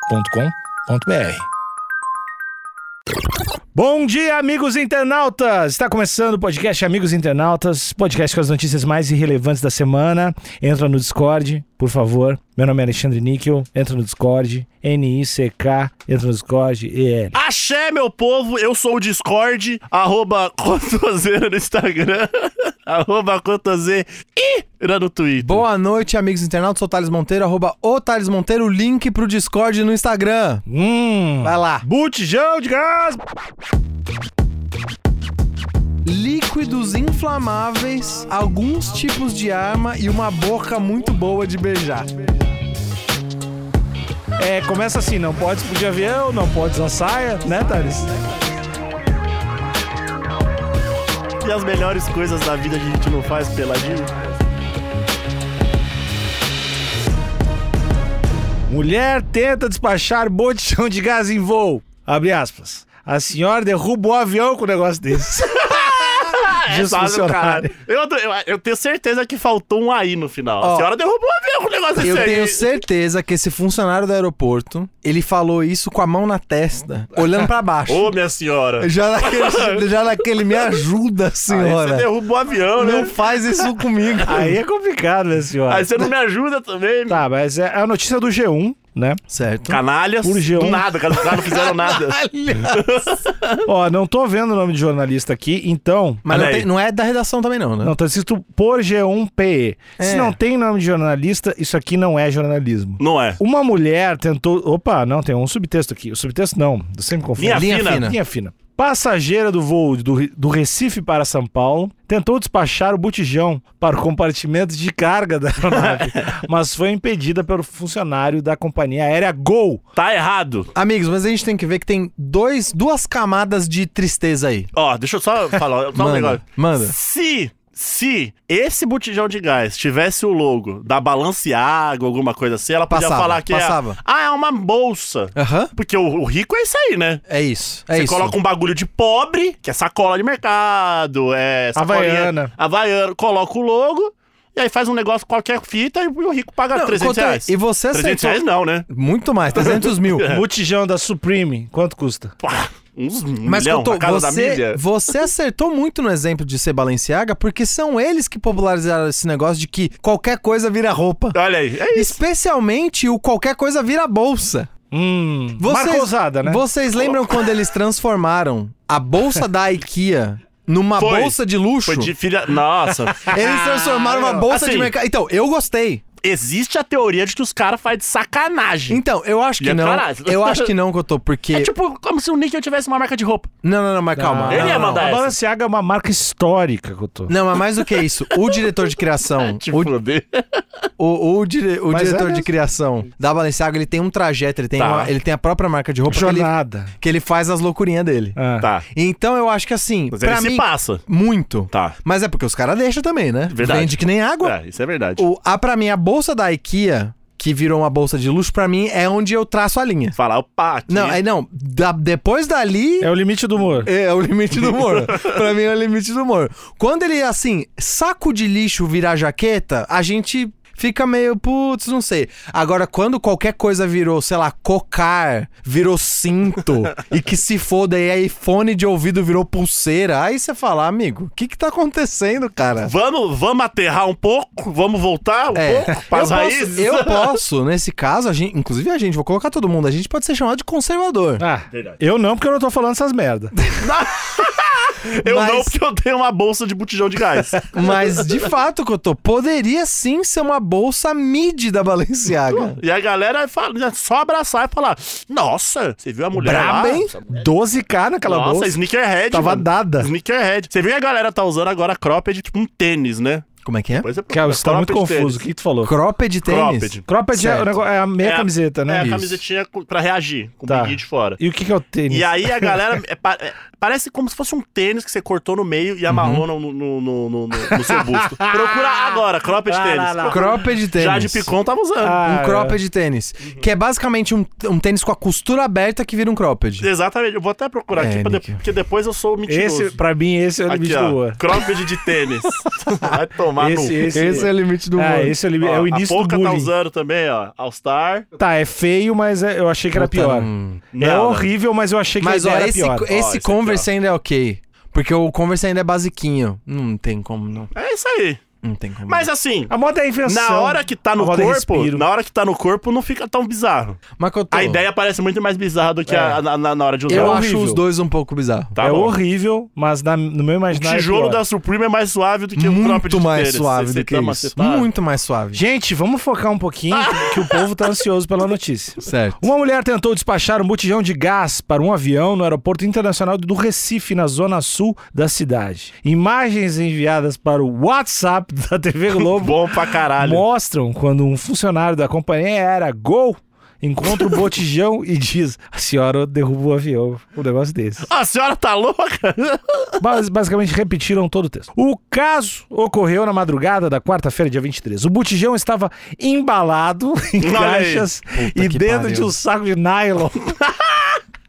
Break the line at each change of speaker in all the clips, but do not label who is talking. agenciadepodcast.com.br.
Bom dia, amigos internautas! Está começando o podcast Amigos Internautas, podcast com as notícias mais irrelevantes da semana. Entra no Discord, por favor. Meu nome é Alexandre Níquel, entra no Discord, N-I-C-K, entra no Discord, E-L.
Axé, meu povo, eu sou o Discord, arroba Cotoseira no Instagram, arroba Cotoseira no Twitter.
Boa noite, amigos internautas. Sou o Thales Monteiro, arroba o Thales Monteiro. Link pro Discord no Instagram.
Hum,
Vai lá.
botijão de gás!
Líquidos inflamáveis, alguns tipos de arma e uma boca muito boa de beijar.
É, começa assim, não pode explodir avião, não pode usar saia, né, Thales?
E as melhores coisas da vida a gente não faz peladinho.
Mulher tenta despachar botijão de gás em voo. Abre aspas. A senhora derruba o avião com um negócio desse. Diz
Ah, é, Sabe,
funcionário.
cara? Eu, eu- eu tenho certeza que faltou um aí no final.
Ó.
a senhora derrubou o avião com o negócio
Eu
desse aí.
tenho certeza que esse funcionário do aeroporto, ele falou isso com a mão na testa, olhando pra baixo.
Ô, minha senhora.
Já naquele, já naquele me ajuda,
Aí você
senhora.
derruba o avião,
Não
né?
faz isso comigo.
Aí é complicado, né, senhora?
Aí você não me ajuda também.
Tá, mas é a notícia do G1, né?
Certo.
Canalhas,
Por G1.
do nada, cara, os caras não fizeram nada.
Ó, não tô vendo o nome de jornalista aqui, então.
Mas
Olha
não,
aí.
tem- não é da redação também, não, né?
Não, tá escrito por G1PE. Se
É.
não tem nome de jornalista, isso aqui não é jornalismo.
Não é.
Uma mulher tentou. Opa, não, tem um subtexto aqui. O subtexto não, eu sempre confundo.
Linha,
Linha
fina.
fina.
Linha fina. Passageira do voo do, Re- do Recife para São Paulo tentou despachar o botijão para o compartimento de carga da aeronave, mas foi impedida pelo funcionário da companhia aérea Gol.
Tá errado.
Amigos, mas a gente tem que ver que tem dois, duas camadas de tristeza aí.
Ó, deixa eu só falar só um negócio.
Manda, manda.
Se, se esse botijão de gás tivesse o logo da Balanceaga, alguma coisa assim, ela podia
Passava,
falar que
passava.
é. Ah, é uma bolsa.
Aham.
Porque o, o rico é isso aí, né?
É isso, é
Você
isso.
coloca um bagulho de pobre, que é sacola de mercado, é. sacolinha-
Havaiana.
Havaiana. Coloca o logo, e aí faz um negócio com qualquer fita e o rico paga
Não,
300
conta aí.
reais.
E você
300
aceitou?
reais não, né?
Muito mais, 300 mil.
É.
Botijão da Supreme, quanto custa?
Pá, uns
Mas
milhão
Couto,
na casa da
você,
mídia.
você acertou muito no exemplo de ser Balenciaga, porque são eles que popularizaram esse negócio de que qualquer coisa vira roupa.
Olha aí, é isso.
Especialmente o qualquer coisa vira bolsa.
Hum,
Vocês,
marca ousada, né?
Vocês lembram quando eles transformaram a bolsa da IKEA numa
Foi.
bolsa de luxo?
Foi de filha. Nossa.
Eles transformaram uma bolsa
Assim,
de mercado. Então, eu gostei.
existe a teoria de que os caras fazem de sacanagem.
Então, eu acho
E é
que não.
caralho.
Eu acho que não, Cotô, porque.
É tipo como se o Nick tivesse uma marca de roupa.
Não, não, não, mas calma.
Não,
não,
Ele ia
não,
mandar
A
essa.
Balenciaga é uma marca histórica que eu tô.
Não, mas mais do que isso, o diretor de
É
criação,
tipo
o,
foder.
o, o dire- o
Mas é
diretor de
mesmo.
criação da Balenciaga, ele tem um trajeto, ele tem,
Tá.
uma- ele tem a própria marca de roupa que ele,
Jornada.
que ele faz as loucurinhas dele.
Ah.
Tá.
Então eu acho que assim,
Mas ele
pra
se
mim,
passa.
muito.
Tá.
Mas é porque os caras deixam também, né?
Verdade.
Vende que nem água.
É, isso é verdade.
O, a, pra mim, a bolsa da IKEA, que virou uma bolsa de luxo, pra mim é onde eu traço a linha.
Falar o pá.
Não, aí não, da- depois dali...
É o limite do humor.
É, o limite do humor. pra mim é o limite do humor. Quando ele, assim, saco de lixo virar jaqueta, a gente fica meio, putz, não sei. Agora, quando qualquer coisa virou, sei lá, cocar, virou cinto, e que se foda, e aí fone de ouvido virou pulseira, aí você fala, amigo, o que que tá acontecendo, cara?
Vamos, vamos aterrar um pouco, vamos voltar um
É.
pouco para as
eu,
raízes.
posso, eu posso, nesse caso, a gente, inclusive a gente, vou colocar todo mundo, a gente pode ser chamado de conservador.
Ah,
Verdade.
eu não, porque eu não tô falando essas merda.
Eu
mas-
não, porque eu tenho uma bolsa de botijão de gás.
Mas, de fato, Cotô, poderia sim ser uma bolsa mid da Balenciaga.
e a galera fala, é só abraçar e falar: Nossa, você viu a mulher
Braba,
lá?
hein?
12k naquela
Nossa,
bolsa.
sneakerhead.
Tava
mano.
dada.
Sneakerhead. Você viu a galera tá usando agora cropped, tipo um tênis, né?
Como é que é?
Pois é,
Cara, você tá muito
cropped
confuso. O
tênis.
que tu falou?
Cropped tênis.
Cropped.
é. Cropped é, o
Certo.
negócio- é a meia
É a-
camiseta, né?
É, a
Isso.
camisetinha com- pra reagir, com o
Tá.
biguinho de fora.
E o que que é o tênis?
E aí a galera. é pa- é- Parece como se fosse um tênis que você cortou no meio e amarrou
Uhum.
no, no- no- no- no- no seu busto. Procura agora, cropped
Lá, lá,
tênis.
lá.
Cropped tênis.
Já de Picon tava usando.
Ah,
Um cropped tênis. Que é basicamente um, um tênis com a costura aberta que vira um cropped.
Exatamente. Eu vou até procurar
É,
aqui, pra de-
Nick.
porque depois eu sou um mentiroso.
Esse, pra mim, esse é o limite
aqui,
do
ó,
humor.
cropped de tênis. Vai tomar
Esse,
no...
esse,
Esse é o limite do
Ah,
humor.
esse é o, limi-
Ó,
é o início
a
do
Poca tá
bullying.
usando também, ó. All Star.
Tá, é feio, mas é- eu achei que era
Puta,
pior.
hum.
é
Não,
horrível, mas eu achei que
Mas
a
ó,
ideia
esse,
era pior.
esse
esse aqui,
Converse ainda é ok. Porque o Converse ainda é basiquinho. Não tem como, não.
É isso aí.
Não tem como.
Mas assim,
A moda é a invenção.
na hora que tá
A
no
moda é
corpo,
respiro.
na hora que tá no corpo, não fica tão bizarro.
Mas que eu tô-
A ideia parece muito mais bizarra do que a- na, na- na hora de usar.
Então. Eu
é
acho
horrível.
os dois um pouco bizarro.
Tá
é
bom.
horrível, mas na- no meu imaginário. é pior.
Tijolo da Supreme é mais suave do que um cropped
Muito
de
mais
tênis.
suave
Cê- cê
do que
tá- cê
isso.
tá-
Muito mais suave.
Gente, vamos focar um pouquinho,
Ah!
que o povo tá ansioso pela notícia.
Certo.
Uma mulher tentou despachar um botijão de gás para um avião no aeroporto internacional do Recife, na zona sul da cidade. Imagens enviadas para o WhatsApp da TV Globo
Bom pra caralho.
mostram quando um funcionário da companhia aérea Gol encontra o botijão e diz: A senhora derrubou o avião, um negócio desse.
A senhora tá louca?
Bas- basicamente repetiram todo o texto. O caso ocorreu na madrugada da quarta-feira, dia 23. O botijão estava embalado em
Olha aí.
caixas
Puta
e
que
dentro
pariu.
de um saco de nylon.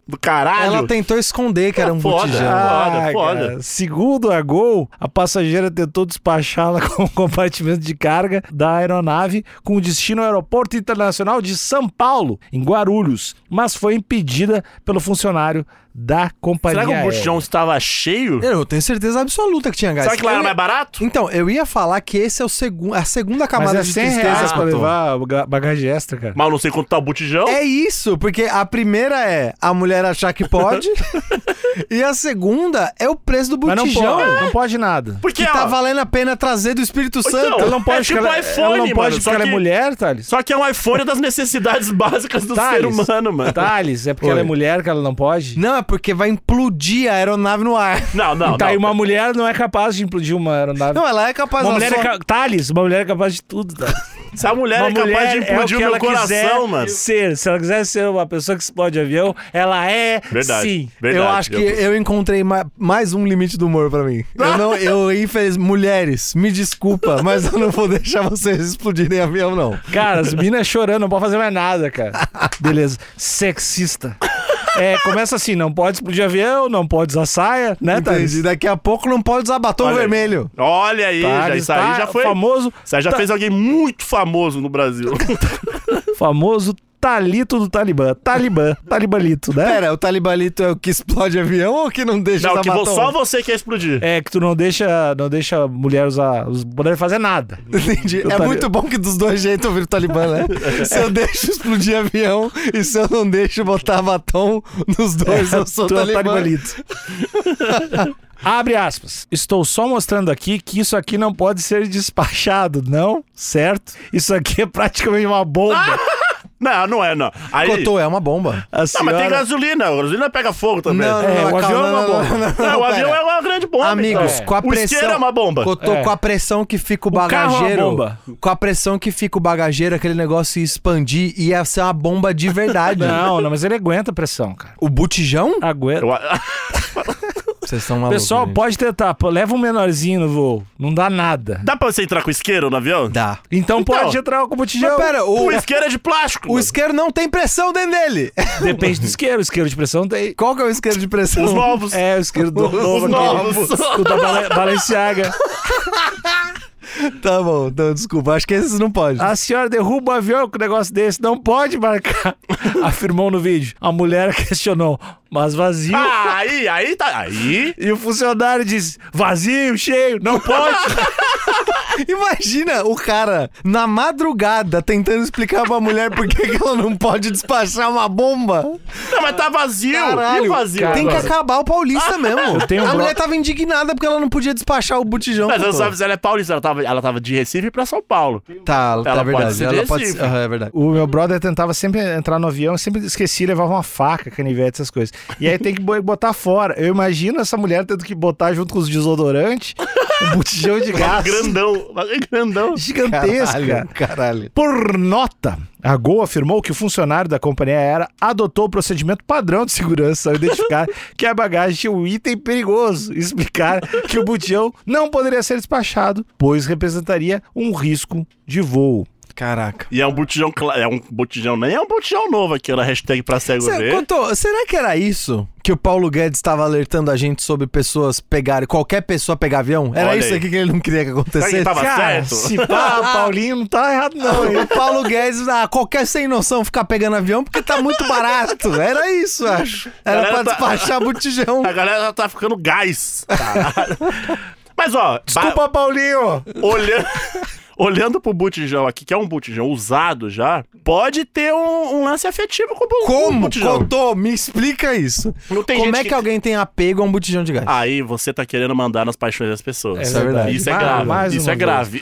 Do caralho.
Ela tentou esconder que era um
Foda.
botijão.
Tá foda,
Ah,
foda.
cara. Segundo a Gol, a passageira tentou despachá-la com o compartimento de carga da aeronave com destino ao Aeroporto Internacional de São Paulo, em Guarulhos, mas foi impedida pelo funcionário da companhia.
Será que é um o
aérea. é
buchão estava cheio?
Eu tenho certeza absoluta que tinha gás.
Será que lá
Eu
era
ia-
mais barato?
Então, eu ia falar que esse é o segun... a segunda
Mas
camada
é
de
100
tristeza.
reais
que
pra
eu tô.
levar baga- bagagem extra, cara.
Mas eu não sei quanto tá o botijão.
É isso, porque a primeira é a mulher achar que pode. e a segunda é o preço do
Mas não
botijão.
pode, não pode nada.
Porque,
que tá
ó,
valendo a pena trazer do Espírito
Então,
Santo.
Ela não pode
É tipo
porque ela,
iPhone,
ela não
mano,
pode porque
só
ela é
que-
mulher, Thales.
só que é um iPhone das necessidades básicas do
Thales.
ser humano, mano.
Thales, é porque
Oi.
ela é mulher que ela não pode?
Não, é porque vai implodir a aeronave no ar.
Não, não,
tá,
não.
e uma mulher não é capaz de implodir uma aeronave.
Não, ela é capaz
uma
ela
mulher
só-
é ca... Thales, uma mulher é capaz de tudo, tá?
Se a mulher
Uma
é capaz de
mulher
implodir
é
o
que
meu
ela
coração,
quiser
mano.
Ser. Se ela quiser ser uma pessoa que explode avião, ela é
Verdade.
sim.
verdade.
eu acho que eu encontrei ma- mais um limite do humor pra mim. Eu não, eu infeliz, mulheres, me desculpa, mas eu não vou deixar vocês explodirem avião não.
Cara, as minas é chorando, não pode fazer mais nada, cara. Beleza. Sexista. É, começa assim, não pode explodir avião, não pode usar saia, né, Thales?
Entendi. Daqui a pouco não pode usar batom
Olha aí.
vermelho.
Olha aí, já,
Thales
isso aí
tá
já foi.
famoso,
Isso
Tá.
aí já fez alguém muito famoso no Brasil.
famoso talito do Talibã. Talibã, talibalito, né?
Pera, o talibalito é o que explode avião ou o que não deixa
não,
usar
que
batom?
vo- só você quer explodir.
É que tu não deixa, não deixa a mulher usar, os- poder fazer nada.
Entendi. É
tali-
muito bom que dos dois jeitos eu viro talibã, né? se eu deixo explodir avião e se eu não deixo botar batom nos dois, eu sou
Tu é o
talibã.
talibalito. Abre aspas. Estou só mostrando aqui que isso aqui não pode ser despachado, não? Certo? Isso aqui é praticamente uma bomba.
Não, não é, não. Aí,
Cotô, é uma bomba.
A
Ah! não,
senhora...
mas tem gasolina. A gasolina pega fogo também.
Não, não,
É,
não,
o
calma,
avião é
não,
uma
não,
bomba.
não, não,
É,
não,
o avião
pera.
é uma grande bomba.
Amigos,
então.
com a
O isqueiro
pressão.
é uma bomba.
Cotô,
É.
com a pressão que fica o
O carro é uma
bagageiro.
bomba.
Com a pressão que fica o bagageiro, aquele negócio ia expandir e ia ser uma bomba de verdade.
Não, não, mas ele aguenta a pressão, cara.
O botijão?
Aguenta.
Eu-
Vocês são malucos.
Pessoal,
gente.
pode tentar. Pô, leva um menorzinho no voo. Não dá nada.
Dá pra você entrar com isqueiro no avião?
Dá.
Então,
Então,
pode entrar com o
Mas
botijão.
pera, o,
O isqueiro é de plástico.
o
mano.
isqueiro não tem pressão dentro dele.
Depende do isqueiro. O isqueiro de pressão tem.
Qual que é o isqueiro de pressão?
Os novos.
É, o isqueiro do
Os
novo. aquele-
novos.
O da Bale- Balenciaga.
Tá bom, então desculpa. Acho que esses não pode.
Ah.
A senhora derruba o avião com um negócio desse, não pode marcar, afirmou no vídeo. A mulher questionou, mas vazio.
Ah, aí, aí tá. Aí.
E o funcionário disse: vazio, cheio, não pode.
Imagina o cara na madrugada tentando explicar pra mulher por que, que ela não pode despachar uma bomba.
Não, mas tá vazio. e o vazio?
cara.
tem que
agora?
acabar o paulista mesmo.
Eu tenho um
a
bro-
mulher tava indignada porque ela não podia despachar o botijão.
Mas eu
Cotô.
sabe se ela é paulista. Ela tava, ela tava de Recife pra São Paulo.
Tá, tá
pode
verdade.
ser
ela
desse
pode
tipo.
ser. Aham, é verdade.
O meu brother tentava sempre entrar no avião, sempre esquecia, levava uma faca, canivete, essas coisas. E aí tem que bo- botar fora. Eu imagino essa mulher tendo que botar junto com os desodorantes Um botijão de
Uma
Ah,
gás
grandão, uma grandão.
gigantesca.
Caralho, caralho.
Por nota, a Gol afirmou que o funcionário da companhia aérea adotou o procedimento padrão de segurança ao identificar que a bagagem tinha um item perigoso e explicar que o botijão não poderia ser despachado, pois representaria um risco de voo.
Caraca.
E é um botijão, cla- é um botijão, nem é um botijão novo aqui, era hashtag pra cego
Cê- é
ver.
contou- será que era isso que o Paulo Guedes estava alertando a gente sobre pessoas pegarem, qualquer pessoa pegar avião? Era
Olha
isso
aí.
aqui que ele não queria que
Será que
acontecesse?
ele tava
Cara,
certo?
se pá, Paulinho, não tá errado não, hein?
O Paulo Guedes, ah, qualquer sem noção ficar pegando avião porque tá muito barato. Era isso, eu acho. Era
Galera
pra
tá-
despachar botijão.
A galera já tá ficando gás. Mas ó, ba-
Desculpa, Paulinho!
olhando, olhando pro botijão aqui, que é um botijão usado já, pode ter um, um lance afetivo com o bu- com o
Como?
Um botijão.
Contou, me explica isso.
Não tem
Como
gente
é que... alguém tem apego a um botijão de gás?
Aí você tá querendo mandar nas paixões das pessoas.
Isso é verdade.
Isso é
Ah, mais
grave.
uma
Isso é
vez. né,
grave.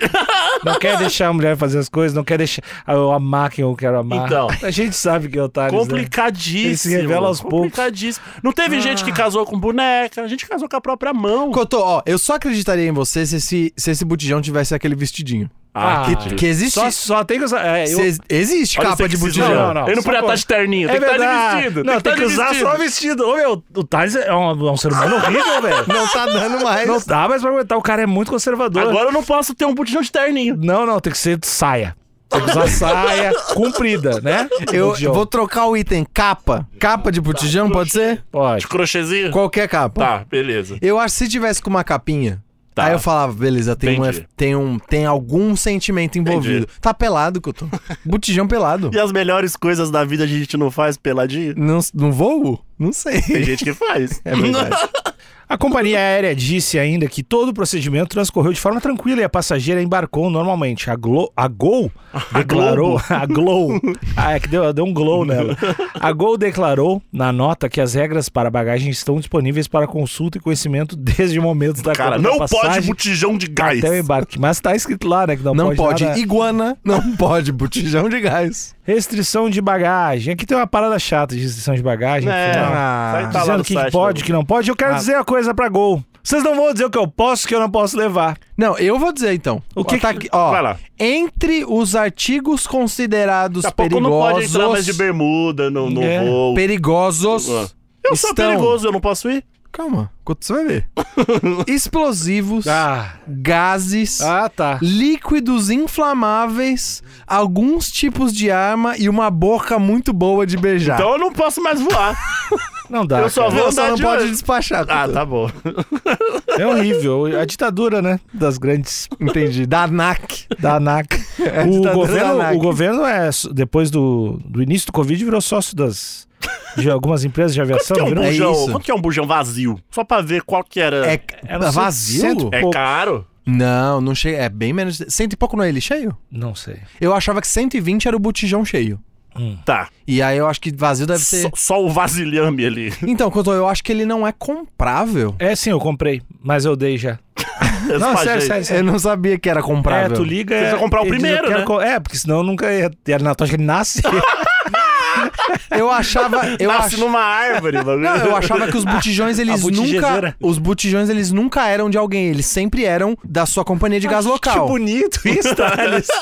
Não quer deixar a mulher fazer as coisas, não quer deixar eu amar quem eu quero amar.
Então.
A gente sabe que é otário.
Complicadíssimo.
Ele se revela aos poucos. Ah.
Complicadíssimo. Não teve gente que casou com boneca, a gente casou com a própria mão.
Cotô, ó, eu só acreditaria em você se esse, se esse botijão tivesse aquele vestidinho.
Ah,
que-
Que existe.
Só, só tem que usar. é, eu-
se- Existe
Olha o
capa de
sexismo.
botijão.
Não, não, não.
Ele não
Só
podia
pode- É
estar de terninho, tem que estar de vestido.
Não, tem
estar
que,
de
usar
vestido.
só vestido. Ô, meu, o Thales é um, é um ser humano horrível, velho.
Não tá dando mais.
Não dá mais pra aguentar. O cara é muito conservador.
Agora eu não posso ter um botijão de terninho.
Não, não, tem que ser de saia. Tem que usar saia comprida, né?
tá
eu
Botijão.
vou trocar o item capa. Capa de botijão, pode ser?
Pode.
De crochêzinho?
Qualquer capa.
Tá, beleza.
Eu acho que se tivesse com uma capinha.
Tá.
Aí eu falava, beleza, tem, um,
Entendi.
F- tem, um, tem algum sentimento envolvido. Tá pelado, Couto. Botijão pelado.
E as melhores coisas da vida a gente não faz peladinho?
Não, não voo? Não sei.
Tem gente que faz.
É verdade.
A companhia aérea disse ainda que todo o procedimento transcorreu de forma tranquila e a passageira embarcou normalmente. A, Glo a Gol declarou. A, Glow. Ah, é que deu, deu um glow nela. A Gol declarou na nota que as regras para bagagem estão disponíveis para consulta e conhecimento desde o momento da
Cara,
compra
não
da
pode
passagem
botijão de gás.
até o embarque. Mas tá escrito lá, né? Que não,
Não, pode.
nada.
Iguana, não pode. Botijão de gás.
Restrição de bagagem. Aqui tem uma parada chata de restrição de bagagem.
É,
afinal.
Ah,
vai tá lá
Dizendo
no
o que,
site,
pode, o
né?
que não pode. Eu quero dizer uma coisa pra Gol. Vocês não vão dizer o que eu posso, o que eu não posso levar.
Não, eu vou dizer então.
O que
Ó, tá
que-
aqui, ó,
Vai lá.
Entre os artigos considerados
Daqui a pouco não pode
perigosos,
entrar mais de bermuda no, no
É.
voo.
perigosos,
Eu sou
estão...
perigoso, eu não posso ir?
Calma, quanto você vai ver? Explosivos,
Ah,
gases,
ah tá.
líquidos inflamáveis, alguns tipos de arma e uma boca muito boa de
Tá.
beijar.
Então eu não posso mais voar.
Não dá.
eu só
cara.
vou
Não, só
andar
não
de
pode
ônibus.
despachar.
Ah,
Tutu.
tá bom.
É horrível. A ditadura, né? Das grandes.
Entendi. Da NAC.
Tá.
Da ANAC.
É
ditadura
o, governo,
da ANAC.
o governo é. Depois do, do início do Covid, virou sócio das. De algumas empresas de aviação.
Que é um
virou-
É
bujão,
isso.
quanto que é um bujão vazio? Só pra ver qual que era.
É,
Era
vazio?
cento-
É
pouco.
caro?
Não, não chega. É bem menos. de- Cento e pouco não é ele cheio?
Não sei.
Eu achava que 120 era o botijão cheio.
Tá.
E aí eu acho que vazio deve ser.
Só, só o vasilhame ali.
Então, Couto, eu acho que ele não é comprável.
É sim, eu comprei, mas eu dei já. Não, sério, sério, sério.
Eu não sabia que era
É,
comprável.
tu liga. é,
Você precisa comprar o
ele diz,
primeiro,
eu quero
né?
co- É, porque senão nunca ia. ia- Na tocha ele nasce.
Eu achava. Eu
Nasce
ach...
numa árvore, bagulho.
Não, eu achava que os botijões eles nunca.
botijezeira.
Os botijões eles nunca eram de alguém, eles sempre eram da sua companhia de gás
Que
local.
bonito isso, Thales.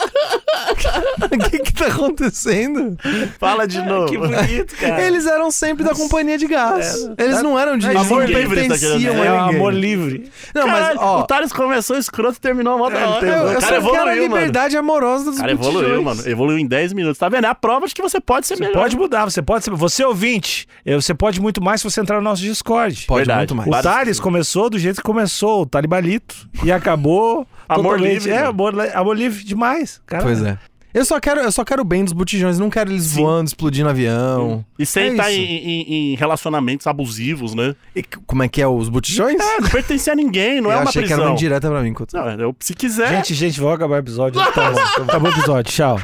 O que, que tá acontecendo?
Fala de novo.
É, que bonito, cara. Tá-
Eles eram sempre da companhia de gás. Eles não eram de
Amor
eles não
livre, tá querendo
pertenciam
dizer.
É
a
um
ninguém.
amor livre.
Não, mas
Caralho,
ó,
o Thales começou escroto e terminou mó da hora.
eu, eu
É, o
só
cara
quero a
evoluiu, mano.
liberdade amorosa dos
O cara
botijões.
evoluiu, mano. Evoluiu em 10 minutos. Tá vendo? É a prova de que você pode ser melhor.
Pode mudar, você pode ser. Você ouvinte, eh, você pode muito mais se você entrar no nosso Discord.
Pode
Verdade.
muito mais.
O
Vários-
Thales começou do jeito que começou, o Talibalito. E acabou.
Amor
totalmente-
livre,
É,
né?
amor, li- amor livre demais. Cara.
Pois é. Eu só quero, eu só quero o bem dos botijões, não quero eles voando, explodindo avião.
E sem
É
estar
isso.
em, em- em relacionamentos abusivos, né?
E c- como é que é os botijões?
É, não pertencer a ninguém, não
eu
é uma
achei que
prisão.
era uma indireta pra mim. Couto.
Não, eu- se quiser.
Gente, gente, vamos acabar o episódio. Tá bom. Acabou o episódio, tchau.